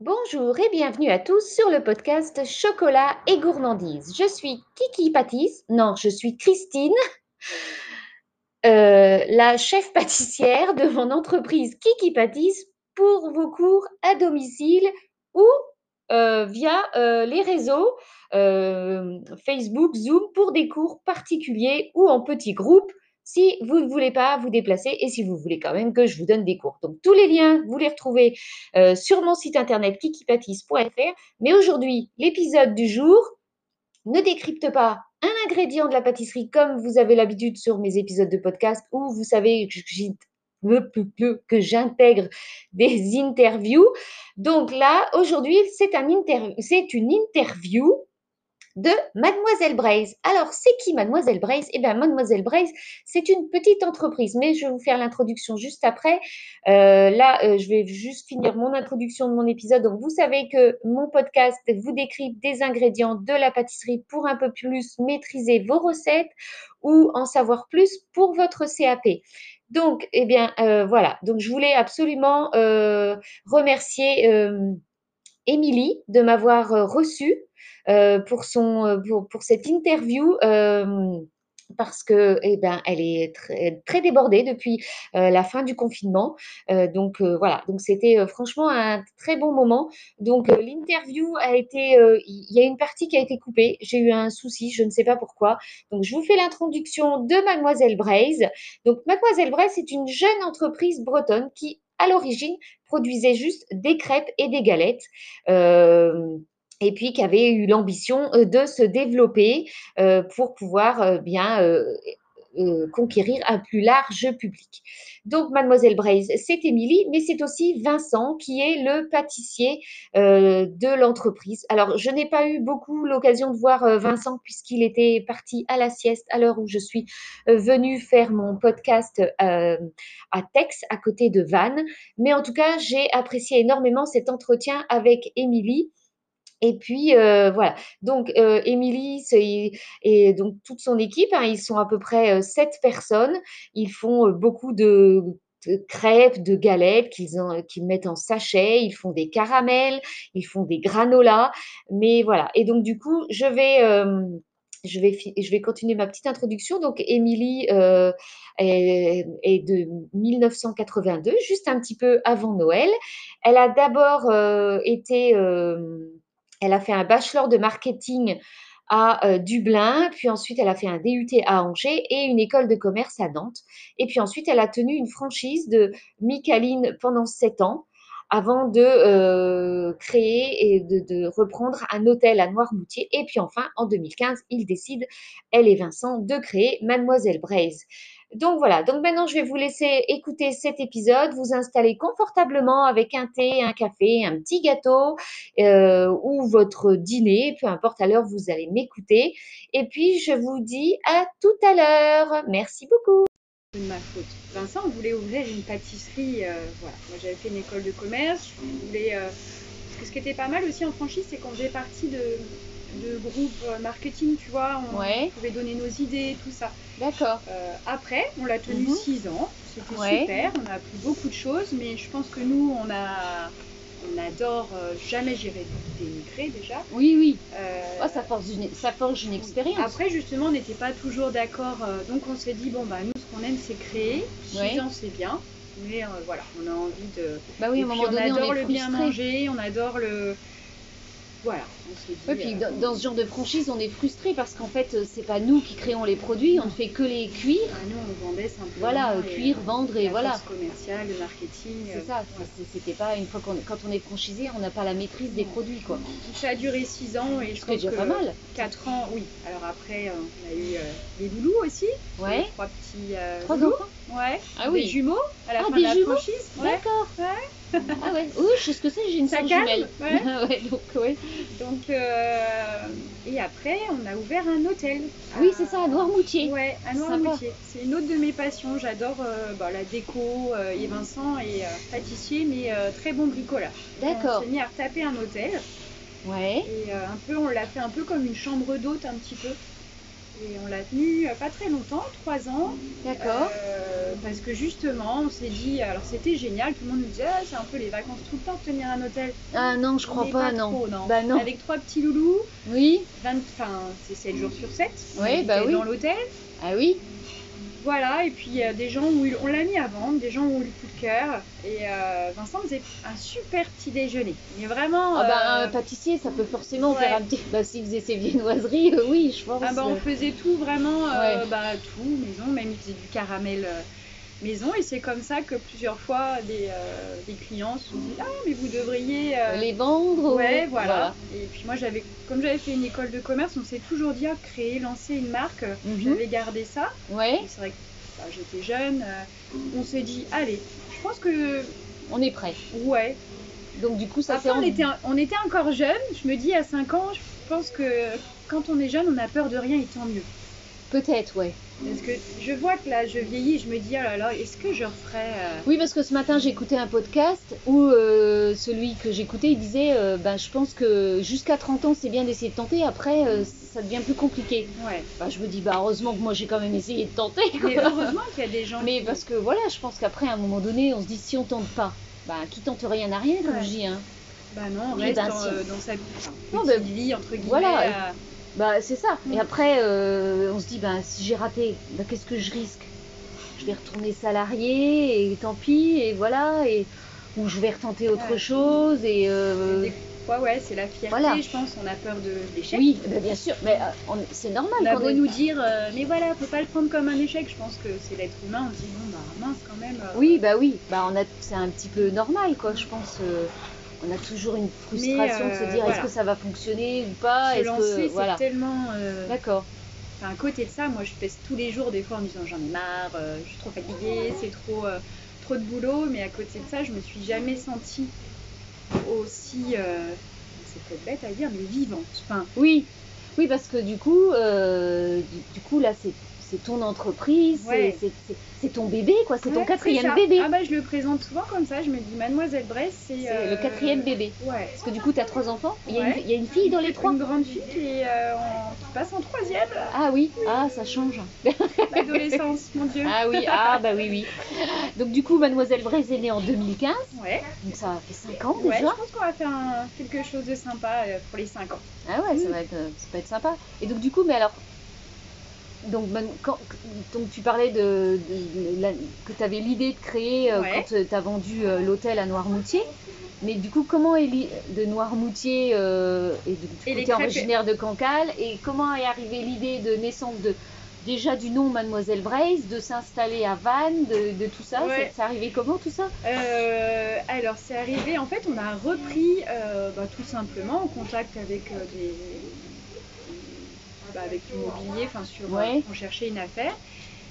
Bonjour et bienvenue à tous sur le podcast Chocolat et gourmandise. Je suis Kiki Patisse, non, je suis Christine, euh, la chef pâtissière de mon entreprise Kiki Patisse pour vos cours à domicile ou euh, via euh, les réseaux euh, Facebook, Zoom pour des cours particuliers ou en petits groupes si vous ne voulez pas vous déplacer et si vous voulez quand même que je vous donne des cours. Donc tous les liens, vous les retrouvez euh, sur mon site internet kikipatisse.fr. Mais aujourd'hui, l'épisode du jour ne décrypte pas un ingrédient de la pâtisserie comme vous avez l'habitude sur mes épisodes de podcast où vous savez que j'y- que j'intègre des interviews. Donc là, aujourd'hui, c'est un inter- c'est une interview de Mademoiselle Braise. Alors, c'est qui Mademoiselle Braise Eh bien, Mademoiselle Braise, c'est une petite entreprise, mais je vais vous faire l'introduction juste après. Euh, là, euh, je vais juste finir mon introduction de mon épisode. Donc, vous savez que mon podcast vous décrit des ingrédients de la pâtisserie pour un peu plus maîtriser vos recettes ou en savoir plus pour votre CAP. Donc, eh bien, euh, voilà. Donc, je voulais absolument euh, remercier euh, Émilie de m'avoir euh, reçue euh, pour, son, euh, pour, pour cette interview. euh, parce que eh ben, elle est très, très débordée depuis euh, la fin du confinement. Euh, donc euh, voilà, donc c'était euh, franchement un très bon moment. Donc euh, l'interview a été, euh, il y a une partie qui a été coupée. J'ai eu un souci, je ne sais pas pourquoi. Donc je vous fais l'introduction de Mademoiselle Braise. Donc Mademoiselle Braise est une jeune entreprise bretonne qui, à l'origine, produisait juste des crêpes et des galettes. euh, et puis qui avait eu l'ambition euh, de se développer euh, pour pouvoir euh, bien euh, euh, conquérir un plus large public. Donc, Mademoiselle Braise, c'est Émilie, mais c'est aussi Vincent qui est le pâtissier euh, de l'entreprise. Alors, je n'ai pas eu beaucoup l'occasion de voir euh, Vincent puisqu'il était parti à la sieste à l'heure où je suis euh, venue faire mon podcast euh, à Tex, à côté de Vannes. Mais en tout cas, j'ai apprécié énormément cet entretien avec Émilie. Et puis euh, voilà. Donc euh, Émilie c'est- et donc toute son équipe, hein, ils sont à peu près euh, sept personnes. Ils font euh, beaucoup de, de crêpes, de galettes qu'ils en- qu'ils mettent en sachet. Ils font des caramels, ils font des granolas. Mais voilà. Et donc du coup, je vais euh, je vais, fi- je vais continuer ma petite introduction. Donc, Émilie euh, est, est de 1982, juste un petit peu avant Noël. Elle a d'abord euh, été euh, elle a fait un bachelor de marketing à euh, Dublin, puis ensuite elle a fait un DUT à Angers et une école de commerce à Nantes. Et puis ensuite elle a tenu une franchise de Micaline pendant sept ans avant de euh, créer et de, de reprendre un hôtel à Noirmoutier. Et puis enfin, en 2015, ils décident, elle et Vincent, de créer Mademoiselle Braise. Donc voilà, donc maintenant je vais vous laisser écouter cet épisode, vous installer confortablement avec un thé, un café, un petit gâteau, euh, ou votre dîner, peu importe à l'heure vous allez m'écouter. Et puis je vous dis à tout à l'heure. Merci beaucoup. peu de ma faute. Vincent voulait ouvrir une pâtisserie. euh, voilà. Moi, j'avais fait une école de commerce. Je voulais. euh, parce que ce qui était pas mal aussi en franchise, c'est qu'on faisait partie de, de groupes euh, marketing, tu vois. On Ouais. pouvait donner nos idées, tout ça. D'accord. Euh, après, on l'a tenu Mhm. 6 ans. C'était Ouais. super. On a appris beaucoup de choses, mais je pense que nous, on a. On adore euh, jamais gérer d'émigrer déjà. Oui, oui. Euh, Oh, ça, forge une, ça forge une expérience. après, justement, on n'était pas toujours d'accord. euh, donc, on s'est dit, bon, bah, nous, ce qu'on aime, c'est créer. Six Ouais. ans, c'est bien. Mais euh, voilà, on a envie de. Bah oui, Et à un puis, moment donné, on adore on est le bien frustré. manger, on adore le. Voilà, on s'est dit. Ouais, puis euh, dans, dans ce genre de franchise, on est frustré parce qu'en fait, euh, c'est pas nous qui créons les produits, on ne fait que les cuire. bah, nous, on vendait simplement. Voilà, euh, et, cuire, euh, vendre la et voilà. force commerciale, le marketing. euh, C'est ça, voilà. c'est- c'était pas une fois qu'on quand on est franchisé, on n'a pas la maîtrise des Non. produits quoi. Donc, Ça a duré 6 ans et je Ce qui pense est déjà que pas mal. 4 ans, oui. Alors après, euh, on a eu euh, des loulous aussi. Ouais. Trois petits. euh, Trois loulous. enfants. Ouais. Ah Des oui. jumeaux à la Ah, fin des de la jumeaux franchise. Ouais. D'accord. Ah ouais. Oui, je sais ce que c'est. J'ai une Ça sœur calme, jumelle. ouais. Ouais, donc ouais. Donc, euh, et après, on a ouvert un hôtel. Oui, à- c'est ça, à Noirmoutier. Ouais, à Sympa. Noirmoutier. C'est une autre de mes passions. J'adore euh, bah, la déco. euh, et Vincent est euh, pâtissier, mais euh, très bon bricolage. D'accord. On s'est mis à retaper un hôtel. Ouais. Et euh, un peu, on l'a fait un peu comme une chambre d'hôte, un petit peu. Et on l'a tenu euh, pas très longtemps, trois ans. D'accord. euh, parce que justement, on s'est dit, alors c'était génial, tout le monde nous disait, ah, c'est un peu les vacances tout le temps de tenir un hôtel. Ah non, je crois Mais pas, non. trop, non. Bah non. Avec trois petits loulous, Oui. 20, enfin, c'est 7 jours sur 7. Ouais, bah oui. Dans l'hôtel. Ah oui. Voilà, et puis il y a des gens où il- on l'a mis à vendre, des gens où le coup de cœur. Et euh, Vincent faisait un super petit déjeuner. Mais vraiment. Ah bah, euh, un pâtissier, ça peut forcément ouais. faire un petit. Bah, s'il faisait ses viennoiseries, euh, oui, je pense. ah bah, on euh, faisait tout vraiment, euh, Ouais. bah, tout maison, même il faisait du caramel euh, maison. Et c'est comme ça que plusieurs fois des, euh, des clients se sont dit Ah, mais vous devriez. euh, les vendre. Ouais, voilà. Et puis moi, j'avais, comme j'avais fait une école de commerce, on s'est toujours dit Ah, créer, lancer une marque. Mhm. J'avais gardé ça. Ouais, Et C'est vrai que bah, j'étais jeune. euh, on s'est dit Allez, je pense que. on est prêt. Ouais, Donc du coup, ça Après, fait on était, on était encore jeunes. Je me dis, à 5 ans, je pense que quand on est jeune, on a peur de rien et tant mieux. Peut-être, ouais. Parce que je vois que là, je vieillis, je me dis, oh là là, est-ce que je referais. euh, Oui, parce que ce matin, j'écoutais un podcast où euh, celui que j'écoutais, il disait, euh, ben, je pense que jusqu'à 30 ans, c'est bien d'essayer de tenter. Après, euh, ça devient plus compliqué. Ouais. Bah, je me dis, bah, heureusement que moi, j'ai quand même essayé de tenter. quoi. Mais heureusement qu'il y a des gens. Mais qui- parce que voilà, je pense qu'après, à un moment donné, on se dit, si on tente pas, bah, qui tente rien n'a rien, comme Ouais. je dis. Hein. Bah non, on Oui, reste ben, dans, si. euh, dans sa enfin, Non, petite ben, vie, entre guillemets. voilà. euh, Bah, c'est ça. Mm. Et après, euh, on se dit, bah, si j'ai raté, bah, qu'est-ce que je risque Je vais retourner salarié, et tant pis, et voilà, et... ou je vais retenter autre Ouais. chose, et... euh, des- Ouais, ouais, c'est la fierté, Voilà. je pense. On a peur de l'échec. Oui, bah, bien sûr, mais euh, on- c'est normal On a quand beau on est- nous dire, euh, mais voilà, faut pas le prendre comme un échec. Je pense que c'est l'être humain. On se dit, bon, bah mince quand même. euh, Oui, bah oui, bah, on a... c'est un petit peu normal, quoi, je pense. euh, On a toujours une frustration de euh, se dire est-ce voilà. que ça va fonctionner ou pas se Est-ce lancer, que c'est voilà tellement. euh, D'accord. Enfin, à côté de ça, moi je pèse tous les jours des fois en me disant j'en ai marre, euh, je suis trop fatiguée, c'est trop, euh, trop de boulot, mais à côté de ça, je me suis jamais sentie aussi, euh, c'est peut-être bête à dire, mais vivante. Enfin, Oui, oui, parce que du coup, euh, du, du coup là, c'est c'est ton entreprise, c'est- Ouais. c'est- c'est c'est ton bébé, quoi. C'est ton ouais, quatrième ça. bébé. Ah bah je le présente souvent comme ça, je me dis mademoiselle Bresse, c'est. c'est euh, le quatrième bébé. Ouais. Parce que du coup, tu as trois enfants. Il y, a une- Ouais. il y a une fille dans les trois. Une grande fille qui, est, euh, en- qui passe en troisième, Ah oui, ah, ça change. l'adolescence, mon dieu. Ah oui, ah bah oui, oui. Donc du coup, Mademoiselle Braise est née en 2015. Ouais, Donc ça fait cinq ans ouais, je déjà. pense qu'on va faire un- quelque chose de sympa euh, pour les 5 ans. Ah ouais, ça Mm. va, être, euh, ça peut être sympa. Et donc du coup, mais alors, donc, man- quand, donc tu parlais de, de- de la- que tu avais l'idée de créer euh, Ouais. quand tu as vendu euh, l'hôtel à Noirmoutier. Mais du coup, comment est l'i- de Noirmoutier euh, et du Et les côté crêpes- originaire de Cancale et comment est arrivée l'idée de naissance de déjà du nom Mademoiselle Braise, de s'installer à Vannes, de, de tout ça, Ouais. c'est c'est arrivé comment tout ça Euh, alors c'est arrivé, en fait on a repris euh, bah, tout simplement en contact avec euh, des... bah, avec l'immobilier, enfin sur... euh, Ouais. on cherchait une affaire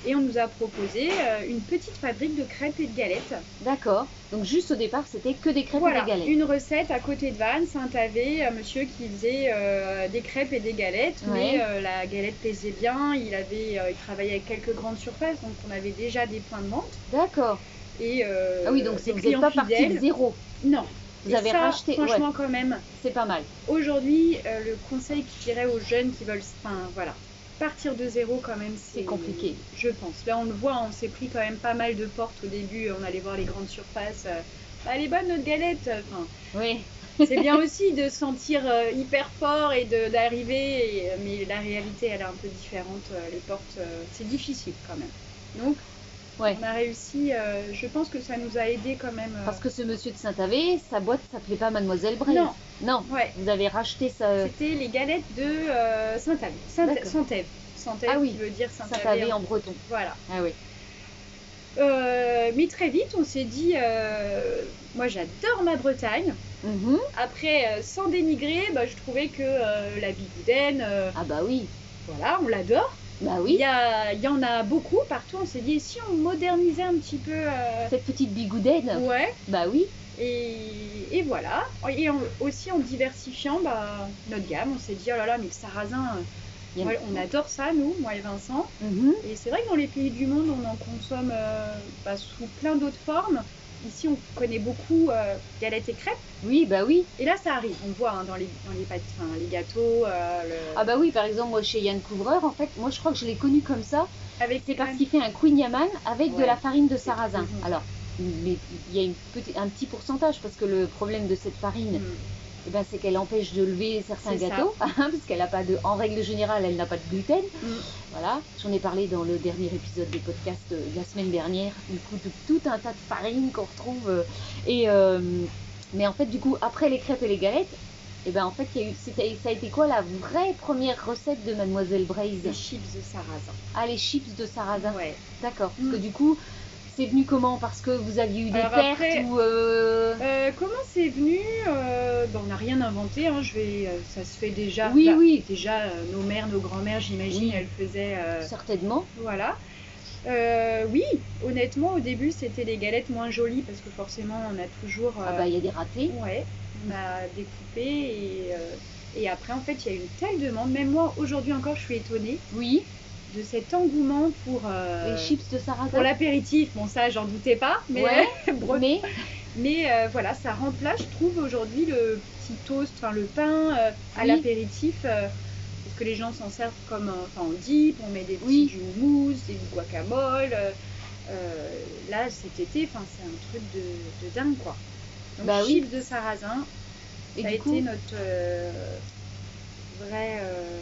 et on nous a proposé euh, une petite fabrique de crêpes et de galettes. D'accord. Donc juste au départ, c'était que des crêpes et Voilà, des galettes. une recette à côté de Vannes, Saint-Avé, un monsieur qui faisait euh, des crêpes et des galettes, Ouais. mais euh, la galette pesait bien, il avait euh, il travaillait avec quelques grandes surfaces, donc on avait déjà des points de vente. D'accord. Et, euh, Ah oui, donc des vous n'êtes clients pas parti de fidèles. zéro. Non. Vous Et avez ça, racheté. ouais. Franchement, quand même, C'est pas mal. Aujourd'hui, euh, le conseil que je dirais aux jeunes qui veulent, enfin voilà, partir de zéro quand même, C'est c'est compliqué. Je pense. Là, on le voit, on s'est pris quand même pas mal de portes au début. On allait voir les grandes surfaces. euh, Bah, elle est bonne notre galette. Enfin, Oui. c'est bien aussi de se sentir euh, hyper fort et de- d'arriver, et- euh, mais la réalité, elle est un peu différente. euh, Les portes, euh, c'est difficile quand même. Donc, Ouais. on a réussi. euh, je pense que ça nous a aidé quand même. euh, Parce que ce monsieur de Saint-Avé, sa boîte s'appelait pas Mademoiselle Braise. Non. Non. ouais. Vous avez racheté sa C'était les galettes de euh, Saint-Avé. Saint- Euh. D'accord. Saint-Ève. Saint-Ève Ah oui. qui veut dire Saint-Avé. hein. Saint-Avé en- en breton. Voilà. Ah oui. Euh, mais très vite, on s'est dit, euh, moi j'adore ma Bretagne. Mhm. Après, euh, sans dénigrer, bah, je trouvais que euh, la Bigoudaine, euh, Ah bah oui. voilà, on l'adore. Bah Il oui. y, a- il y en a beaucoup partout. On s'est dit, si on modernisait un petit peu. euh, Cette petite bigoudaine. ouais. Bah oui. Et, et voilà. Et en- aussi en diversifiant bah, notre gamme, on s'est dit, oh là là, mais le sarrasin, euh, Il y a- moi, on adore ça, nous, moi et Vincent. Mhm. Et c'est vrai que dans les pays du monde, on en consomme euh, bah, sous plein d'autres formes. ici, on connaît beaucoup euh, galettes et crêpes. Oui, bah oui. Et là, ça arrive. On le voit hein, dans, les, dans les, pâtes- enfin, les gâteaux. euh, le- Ah bah oui, par exemple, moi chez Yann Couvreur, en fait, moi je crois que je l'ai connu comme ça. Avec C'est tes parce qu'il fait un Queen Yaman avec de Ouais. la farine de sarrasin. Mhm. Alors, mais il y a une petit- un petit pourcentage parce que le problème de cette farine, Mm, eh ben, c'est qu'elle empêche de lever certains C'est ça. gâteaux, hein, parce qu'elle n'a pas de, en règle générale, elle n'a pas de gluten. Mm. Voilà, j'en ai parlé dans le dernier épisode des podcasts euh, de la semaine dernière. Du coup, de tout un tas de farines qu'on retrouve. euh, et euh, mais en fait, du coup, après les crêpes et les galettes, et ben en fait, il y a eu, c'était- ça a été quoi la vraie première recette de Mademoiselle Des Braise chips de sarrasin. Ah, les chips de sarrasin. Ouais. D'accord. Parce Mm. que du coup, c'est venu comment Parce que vous aviez eu des Alors pertes après- ou euh, Euh, comment c'est venu Euh, ben, On n'a rien inventé. hein, je vais, euh, ça se fait déjà. Oui, bah, oui. Déjà, euh, nos mères, nos grand-mères, j'imagine, Oui. elles faisaient. euh, certainement. Voilà. Euh, oui, honnêtement, au début, c'était les galettes moins jolies parce que forcément, on a toujours. Ah euh, bah il y a des ratés. Ouais, on a découpé et, euh, et après, en fait, il y a eu une telle demande. Même moi, aujourd'hui encore, je suis étonnée Oui. de cet engouement pour. euh, les chips de sarrasin. Pour l'apéritif, bon, ça, j'en doutais pas, mais. Ouais. Breton. Mais Mais euh, voilà, ça remplace, je trouve, aujourd'hui le petit toast, enfin le pain euh, à Oui. l'apéritif. euh, parce que les gens s'en servent comme euh, enfin, en dip, on met des petits Oui. du mousse, des du guacamole. euh, euh, là, cet été, enfin, c'est un truc de, de dingue, quoi. Donc, Bah oui. chips de sarrasin, et ça a du coup, été notre euh, vrai. euh,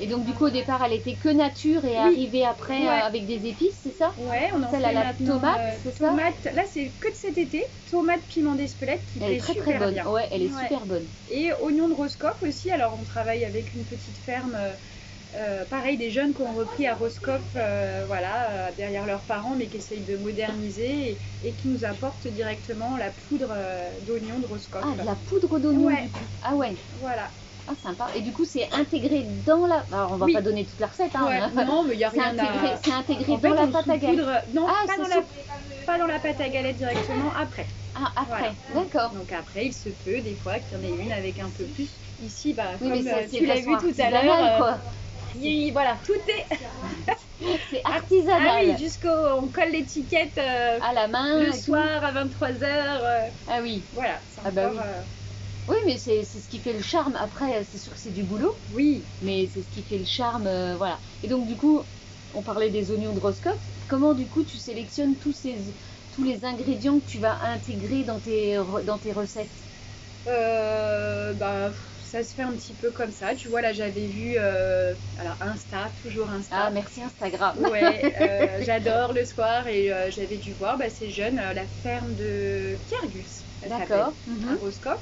Et donc, du coup, au départ, elle était que nature et Oui. arrivée après Ouais. euh, avec des épices, c'est ça Ouais, on en Celle fait à la maintenant, tomate, euh, c'est ça tomate. Là, c'est que de cet été. Tomate, piment d'Espelette qui Elle plaît est très super très bonne. Oh, bien. Ouais, elle est Ouais. super bonne. Et oignons de Roscoff aussi. Alors, on travaille avec une petite ferme, euh, euh, pareil, des jeunes qui ont repris à Roscoff, euh, voilà, euh, derrière leurs parents, mais qui essayent de moderniser et, et qui nous apportent directement la poudre euh, d'oignons de Roscoff. Ah, de la poudre d'oignon. Ouais. du coup. Ah ouais. Voilà. Ah sympa. Et du coup, c'est intégré dans la. Alors, on va Oui. pas donner toute la recette. Hein, Ouais, on a- non, mais il n'y a C'est rien intégré, à... c'est intégré En fait, dans la on pâte à galette. saupoudre- Non, Ah, pas, c'est dans la... pas dans la pâte à galette directement, après. Ah après, d'accord. Donc après, il se peut des fois qu'il y en ait une avec un peu plus. Ici, bah, Oui, comme mais ça, euh, c'est tu l'as vu façon tout à artisanale, l'heure, euh, quoi. il- voilà, tout est C'est Ah artisanal. oui, jusqu'au. On colle l'étiquette euh, à la main. et le tout. soir à 23h. Ah oui. voilà, c'est Ah bah encore, oui. euh, Oui, mais c'est c'est ce qui fait le charme. Après, c'est sûr que c'est du boulot. euh, oui. mais c'est ce qui fait le charme, euh, voilà. Et donc du coup, on parlait des oignons de Roscoff. Comment du coup tu sélectionnes tous ces tous les ingrédients que tu vas intégrer dans tes re- dans tes recettes Euh, bah, ça se fait un petit peu comme ça. Tu vois, là, j'avais vu. euh, alors, Insta, toujours Ah Insta. merci Instagram. Ouais, euh, j'adore le soir et euh, j'avais dû voir bah, ces jeunes, euh, la ferme de Kyrgus, elle s'appelle, Ah, D'accord. à Mhm. Roscoff.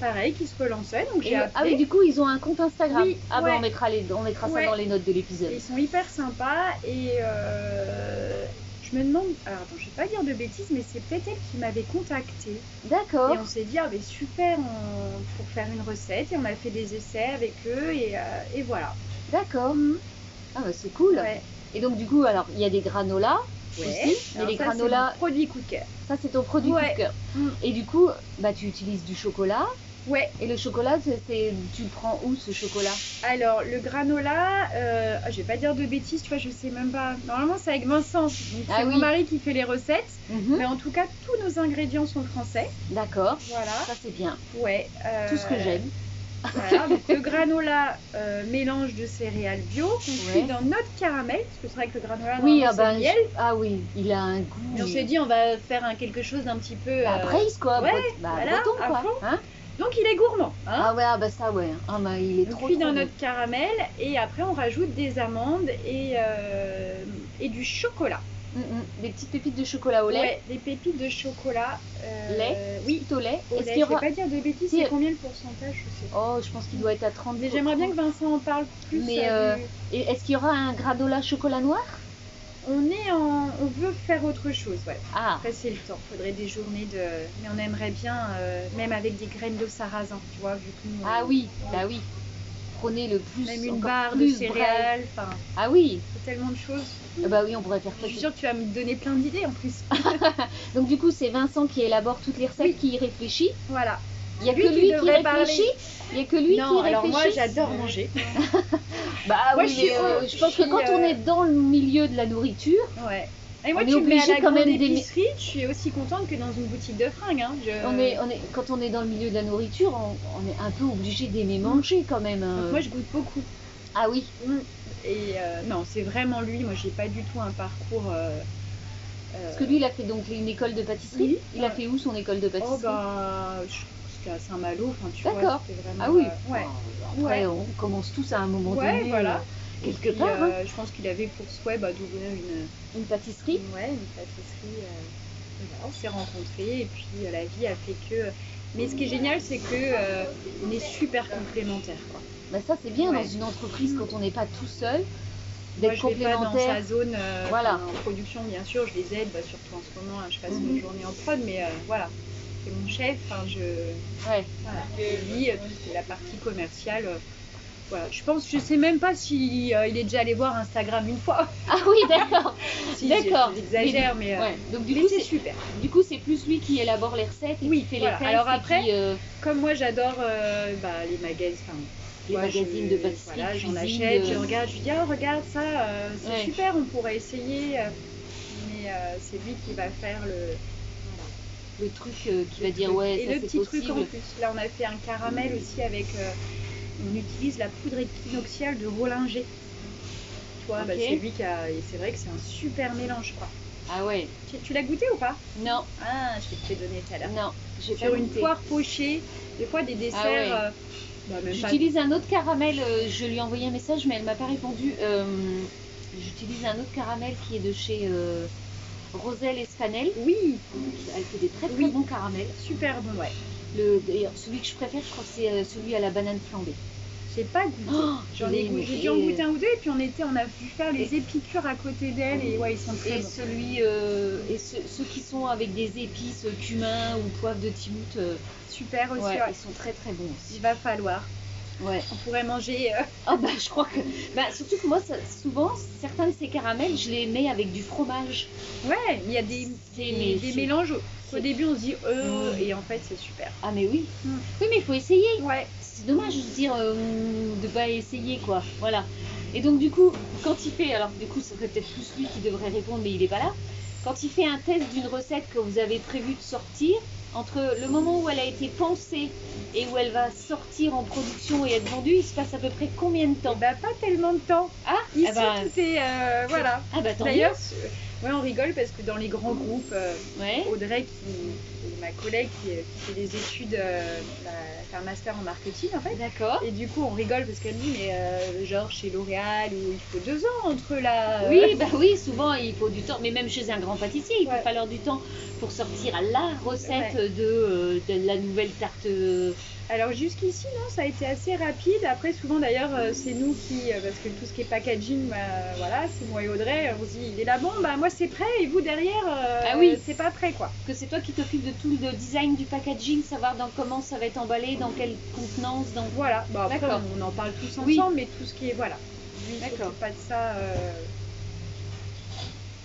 Pareil, qui se relançait, donc Et, j'ai ah oui, appelé. du coup ils ont un compte Instagram. Oui, ah ouais. ben on mettra les on mettra Ouais. ça dans les notes de Et l'épisode. Ils sont hyper sympas et euh, je me demande. Alors attends, je vais pas dire de bêtises, mais c'est peut-être elle qui m'avait contacté. D'accord. Et on s'est dit, ah ben super, on- pour faire une recette. Et on a fait des essais avec eux et, euh, et voilà. D'accord. Ah bah c'est cool. Mhm. Ouais. Et donc du coup alors il y a des granolas. Ouais. Aussi, mais Alors les ça, granolas, c'est mon produit cooker. ça c'est ton produit Ouais. coup de cœur. Mm. Et du coup, bah tu utilises du chocolat. Ouais. Et le chocolat, c'est- c'est tu le prends où ce chocolat Alors le granola, euh, ah, je vais pas dire de bêtises, tu vois, je sais même pas. Normalement, c'est avec Vincent. Donc c'est Ah mon oui. Hmm. mari qui fait les recettes. Mhm. Mais en tout cas, tous nos ingrédients sont français. D'accord. Voilà. Ça c'est bien. Ouais. euh, Tout ce que j'aime. Voilà, donc le granola euh, mélange de céréales bio qu'on cuit Ouais. dans notre caramel, parce que c'est vrai que le granola, Oui, normalement, ah c'est bah, le je- miel. ah oui, il a un goût. Et on s'est dit, on va faire un, quelque chose d'un petit peu. Bah, euh, braise, quoi. ouais, bret- bah, voilà, breton, à quoi. fond. Hein Donc il est gourmand. Hein ah ouais, ah bah ça ouais. Ah bah il est on trop. cuit trop dans bon. notre caramel et après on rajoute des amandes et, euh, et du chocolat. Mm, mm. Des petites pépites de chocolat au lait. Ouais, des pépites de chocolat. euh, Lait. Oui. Tout au lait. Au Est-ce lait. qu'il y Je aura- vais pas dire de bêtises, Si- c'est combien le pourcentage je sais pas. Oh, je pense qu'il doit être à 30. Mais j'aimerais bien que Vincent en parle plus. Mais, euh, euh, du- Et est-ce qu'il y aura un granola chocolat noir On est en, on veut faire autre chose, ouais. Ah. Après, c'est le temps. Faudrait des journées de. Mais on aimerait bien, euh, même avec des graines de sarrasin, tu vois, vu que nous, Ah on- oui, on- bah oui. Prenez le plus. Même une encore barre de plus braise. céréales, enfin, Ah oui. c'est tellement de choses. Ah Bah oui, on pourrait faire Je ça. suis sûre que tu vas me donner plein d'idées en plus. Donc du coup, c'est Vincent qui élabore toutes les recettes, qui y réfléchit. voilà. Il y a Lui que qui lui qui devrait réfléchit. parler. Il y a que lui qui non, réfléchit. alors moi j'adore manger. Bah Moi, oui, je je, suis- je pense je que suis, quand on euh, est dans le milieu de la nourriture, Ouais. Et moi, on est tu me mets à obligé la quand grande même d'aimer- épicerie, je suis aussi contente que dans une boutique de fringues. hein. Je- On est, on est, quand on est dans le milieu de la nourriture, on, on est un peu obligé d'aimer manger quand même. hein. Donc Mm. moi, je goûte beaucoup. Ah oui, Et euh, non, c'est vraiment lui. Moi, j'ai pas du tout un parcours. euh, euh, parce que lui, il a fait donc une école de pâtisserie. Oui. il a fait où son école de pâtisserie Oh bah, je- c'était à Saint-Malo, enfin tu vois, D'accord. c'était vraiment... Ah oui. euh, ouais. Bon, Après, Ouais. on commence tous à un moment Ouais, donné, voilà. euh, quelque Puis, part, hein. euh, Je pense qu'il avait pour souhait bah, d'ouvrir une, une pâtisserie. Ouais, une pâtisserie. euh, et voilà, on s'est rencontrés et puis euh, la vie a fait que. Mais ce qui est génial, c'est que euh, on est super complémentaires. Quoi. Bah ça, c'est bien Ouais. dans une entreprise quand on n'est pas tout seul, Moi, d'être je vais pas dans complémentaire. sa zone euh, Voilà. enfin, en production, bien sûr, je les aide, bah, surtout en ce moment, hein, je passe Mhm. mes journées en prod, mais euh, voilà, c'est mon chef, hein, je. Ouais. Voilà. Et lui, euh, tout ce qui est la partie commerciale. euh, voilà. Je pense, je sais même pas si euh, il est déjà allé voir Instagram une fois. Ah oui, d'accord. Si, D'accord. J'exagère, mais, euh, Ouais. Donc du mais coup, c'est c'est super. Du coup, c'est plus lui qui élabore les recettes et Oui, qui fait voilà. les tests. Alors et après, qui, euh, Comme moi, j'adore euh, bah, les magazines. enfin, les moi, je- magazines de pâtisserie, Voilà, j'en cuisine, achète, je euh, regarde, je lui dis, ah regarde ça, euh, c'est Ouais. super, on pourrait essayer. euh, mais euh, c'est lui qui va faire le. le truc euh, qui va le dire truc. ouais, Et ça le c'est petit truc en possible. plus. Là, on a fait un caramel aussi avec. euh, on utilise la poudre épinoxiale de Rollinger. Tu vois, bah, Ok. c'est lui qui a. Et c'est vrai que c'est un super mélange, quoi. Ah ouais. Tu, tu l'as goûté ou pas Non, Ah, je vais te l'ai donné tout à l'heure. non, j'ai pas Sur une euh, goûté. poire pochée, des fois des desserts. Ah ouais. euh, bah, même pas- J'utilise un autre caramel. euh, je lui ai envoyé un message, mais elle m'a pas répondu. Euh, J'utilise un autre caramel qui est de chez euh, Roselle Espanel. Oui, Elle fait des très très Oui. bons caramels. super bon, ouais. Le- D'ailleurs, celui que je préfère, je crois que c'est euh, celui à la banane flambée. J'ai pas goûté. Oh, J'en ai mais- goûté, j'ai et- dû en goûter un ou deux et puis on était, on a vu faire les et- épicures à côté d'elle et ouais ils sont très Et bons. celui euh, et ce- ceux qui sont avec des épices euh, cumin ou poivre de Timout, euh, super aussi. ouais, ouais. ils sont très très bons aussi. Il va falloir. Ouais. On pourrait manger. euh, Ah bah je crois que bah surtout que moi ça- souvent certains de ces caramels je les mets avec du fromage. Ouais, il y a des, C'est- des, des c'est- mélanges. au- Au c'est- début on se dit euh Mm. et en fait c'est super. Ah mais oui. Mm. Oui mais il faut essayer. Ouais. C'est dommage de se dire euh, de pas essayer quoi. Voilà. Et donc du coup quand il fait alors du coup ce serait peut-être plus lui qui devrait répondre mais il est pas là. Quand il fait un test d'une recette que vous avez prévu de sortir entre le moment où elle a été pensée et où elle va sortir en production et être vendue, il se passe à peu près combien de Et temps bah pas tellement de temps. Ah, Ici ah bah, tout est euh, voilà. ah bah tant mieux. D'ailleurs, ce- ouais on rigole parce que dans les grands groupes. euh, Ouais. Audrey, qui, qui est ma collègue qui, qui fait des études, euh, bah, fait un master en marketing en fait. D'accord. Et du coup, on rigole parce qu'elle me dit, mais euh, genre chez L'Oréal, où il faut deux ans entre la. Oui, bah oui, souvent il faut du temps, mais même chez un grand pâtissier, il Ouais. peut falloir du temps pour sortir la recette de, euh, de la nouvelle tarte. euh, Alors jusqu'ici, non, ça a été assez rapide. Après, souvent d'ailleurs, euh, c'est nous qui. euh, parce que tout ce qui est packaging, bah, voilà, c'est moi et Audrey, on se dit, il est là, bon, bah moi c'est prêt, et vous derrière, euh, Ah oui. c'est pas prêt quoi. Que c'est toi qui t'occupes de tout le design du packaging, savoir dans comment ça va être emballé, dans quelle contenance, dans. Voilà, bah, après, D'accord. on, on en parle tous ensemble, Oui. mais tout ce qui est. Voilà. Lui, il D'accord. s'occupe pas de ça. euh,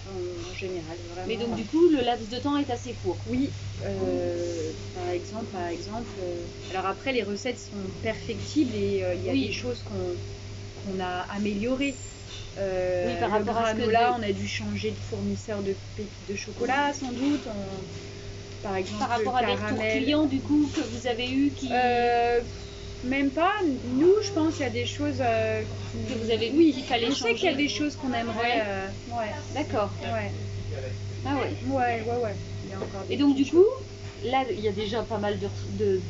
en- en général, vraiment. Mais donc du coup, le laps de temps est assez court. Oui, euh, par exemple, par exemple. euh, alors après, les recettes sont perfectibles et euh, il y a Oui. des choses qu'on qu'on a améliorées. Euh, Oui, par le rapport à ce que granola, de- on a dû changer de fournisseur de pépites de chocolat, sans doute. on- Par exemple, Par rapport le à des retours caramel. clients du coup que vous avez eu qui. Euh, même pas. Nous, je pense qu'il y a des choses euh, Que vous avez vu Oui, qu'il fallait on sait qu'il y a changer. des choses qu'on aimerait. Ouais. euh, ouais. D'accord. ouais, Ah ouais. ouais, ouais, ouais. Il y a encore des Et donc du petites coup, là, il y a déjà pas mal de, de, de-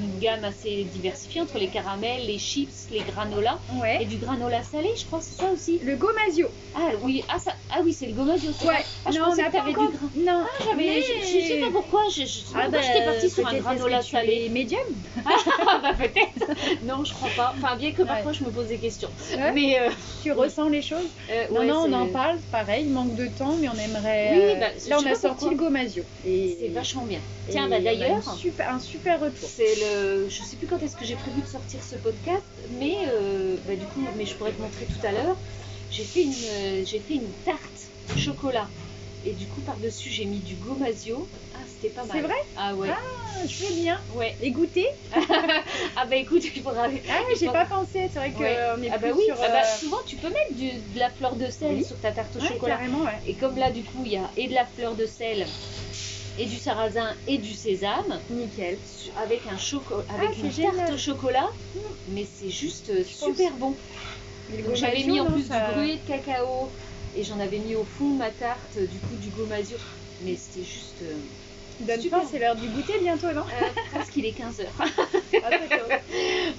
une gamme assez diversifiée entre les caramels, les chips, les granolas choses. Ouais. et du granola salé, je crois, c'est ça aussi. Le gomasio. Ah oui, ah, ça, ah oui, c'est le gomasio. c'est Ouais, ça. Ah, je non, on pensais n'a que pas t'avais encore. du Ah, ben, gra- Non, J'avais, je, je sais pas pourquoi, je, Ah je, bah, pourquoi j'étais partie sur un granola salé. médium. Ah bah peut-être. non, je crois pas. Enfin, bien que parfois je me pose des questions. Mais euh, tu ressens les choses. euh, Non, ouais, non, on c'est- en parle, pareil, manque de temps, mais on aimerait. Oui, euh, bah, je là, on sais a pas sorti pourquoi. le gomasio. Et- C'est vachement bien. et Tiens, on a bah une d'ailleurs. super- un super retour. C'est le. Je sais plus quand est-ce que j'ai prévu de sortir ce podcast, mais euh, bah, du coup, mais je pourrais te montrer tout à l'heure. J'ai fait une, euh, j'ai fait une tarte chocolat Et du coup, par-dessus, j'ai mis du gomasio. Ah, c'était pas mal. C'est vrai Ah ouais. Ah, je veux bien. ouais. Et goûter Ah bah écoute, il faudra... Ah, j'ai pas pensé. C'est vrai qu'on Ouais. est Ah bah plus oui, sur. ah bah, euh, souvent tu peux mettre du- de la fleur de sel Oui. sur ta tarte au ouais, chocolat. carrément, ouais. Et comme là, du coup, il y a et de la fleur de sel, et du sarrasin, et du sésame, Nickel. su- avec, un choco- avec Ah, c'est une tarte génial. au chocolat, mais c'est juste euh, pense. super bon. Mais le Donc j'avais gomasio, mis en non, plus ça- du gruet de cacao, et j'en avais mis au fond de ma tarte, euh, du coup, du gomasio. Mais c'était juste... euh, Donne Super. pas, c'est l'heure du goûter bientôt, non euh, presque il est 15h. Ah, d'accord.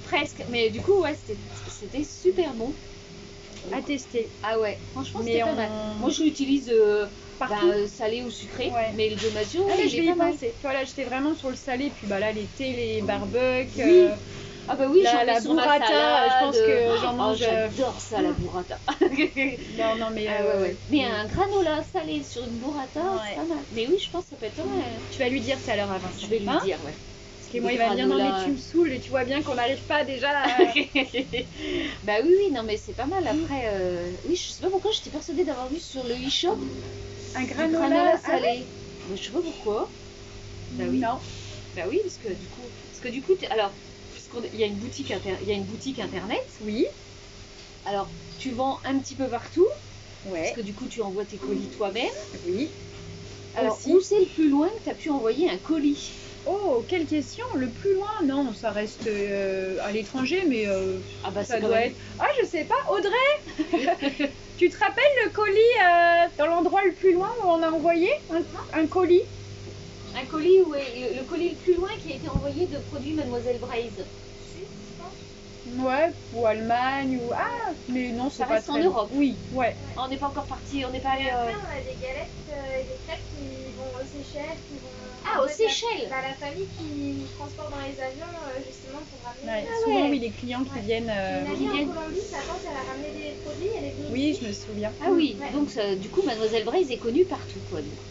presque. Mais du coup, ouais, c'était- c'était super bon. À tester. Ah ouais, franchement, c'était Mais pas on- mal. Moi, je l'utilise... euh, partout. bah, euh, salé ou sucré, Ouais. mais le gomasio, Ah, mais il je est vais y pas mal. penser. Tu vois, là, j'étais vraiment sur le salé, puis bah là, les thés, les barbecues, Oui. euh, Ah bah oui, la- j'en la mets sur ma burrata, euh, salade. je pense que j'en Oh, mange, euh, Ah, J'adore ça, la burrata. Non, non, mais. Ah euh, ouais, ouais. Mais un granola salé sur une burrata, c'est Ouais. pas mal. Mais oui, je pense que ça peut être pas mal. Tu vas lui dire c'est à l'heure à Vincent. Je vais lui hein dire, ouais. Parce que moi, il va dire non, mais tu me saoules et tu vois bien qu'on n'arrive pas déjà. à- bah oui, oui, non, mais c'est pas mal. Après, euh, oui, je sais pas pourquoi j'étais persuadée d'avoir vu sur le e-shop un du granola, granola, ah ouais salé. Bah, je sais pas pourquoi. Bah oui. Non. Bah oui, parce que du coup, parce que du coup, t'es- alors, puisqu'on- il y a une boutique, inter- il y a une boutique internet. Oui. Alors, tu vends un petit peu partout, parce Ouais. que du coup, tu envoies tes colis toi-même. Oui. Alors, Aussi. où c'est le plus loin que tu as pu envoyer un colis Oh, quelle question Le plus loin Non, ça reste euh, à l'étranger, mais euh, Ah bah ça c'est quand doit même- être. Ah, je sais pas, Audrey Tu te rappelles le colis euh, dans l'endroit le plus loin où on a envoyé un, un colis un colis où est- le, le colis le plus loin qui a été envoyé de produits Mademoiselle Braise. Ouais, ou Allemagne, ou. Ah Mais non, c'est Ça pas reste en très- Europe. Oui, ouais. Ah, on n'est pas encore parti, on n'est pas allé. Et après, euh, on a des galettes euh, et des crêpes qui vont aux Seychelles, qui vont... Ah, aux en fait, la- Seychelles bah, la famille qui transporte dans les avions, euh, justement, pour Ouais, ramener... Euh, Ah Souvent, ouais. oui, les clients qui Ouais. viennent. euh, Une qui amie viennent. en Colombie, sa tante, elle a ramené des produits, elle est venue Oui, ici. je me souviens. Ah oui, Ouais. donc ça- du coup, Mademoiselle Braise est connue partout, quoi. donc.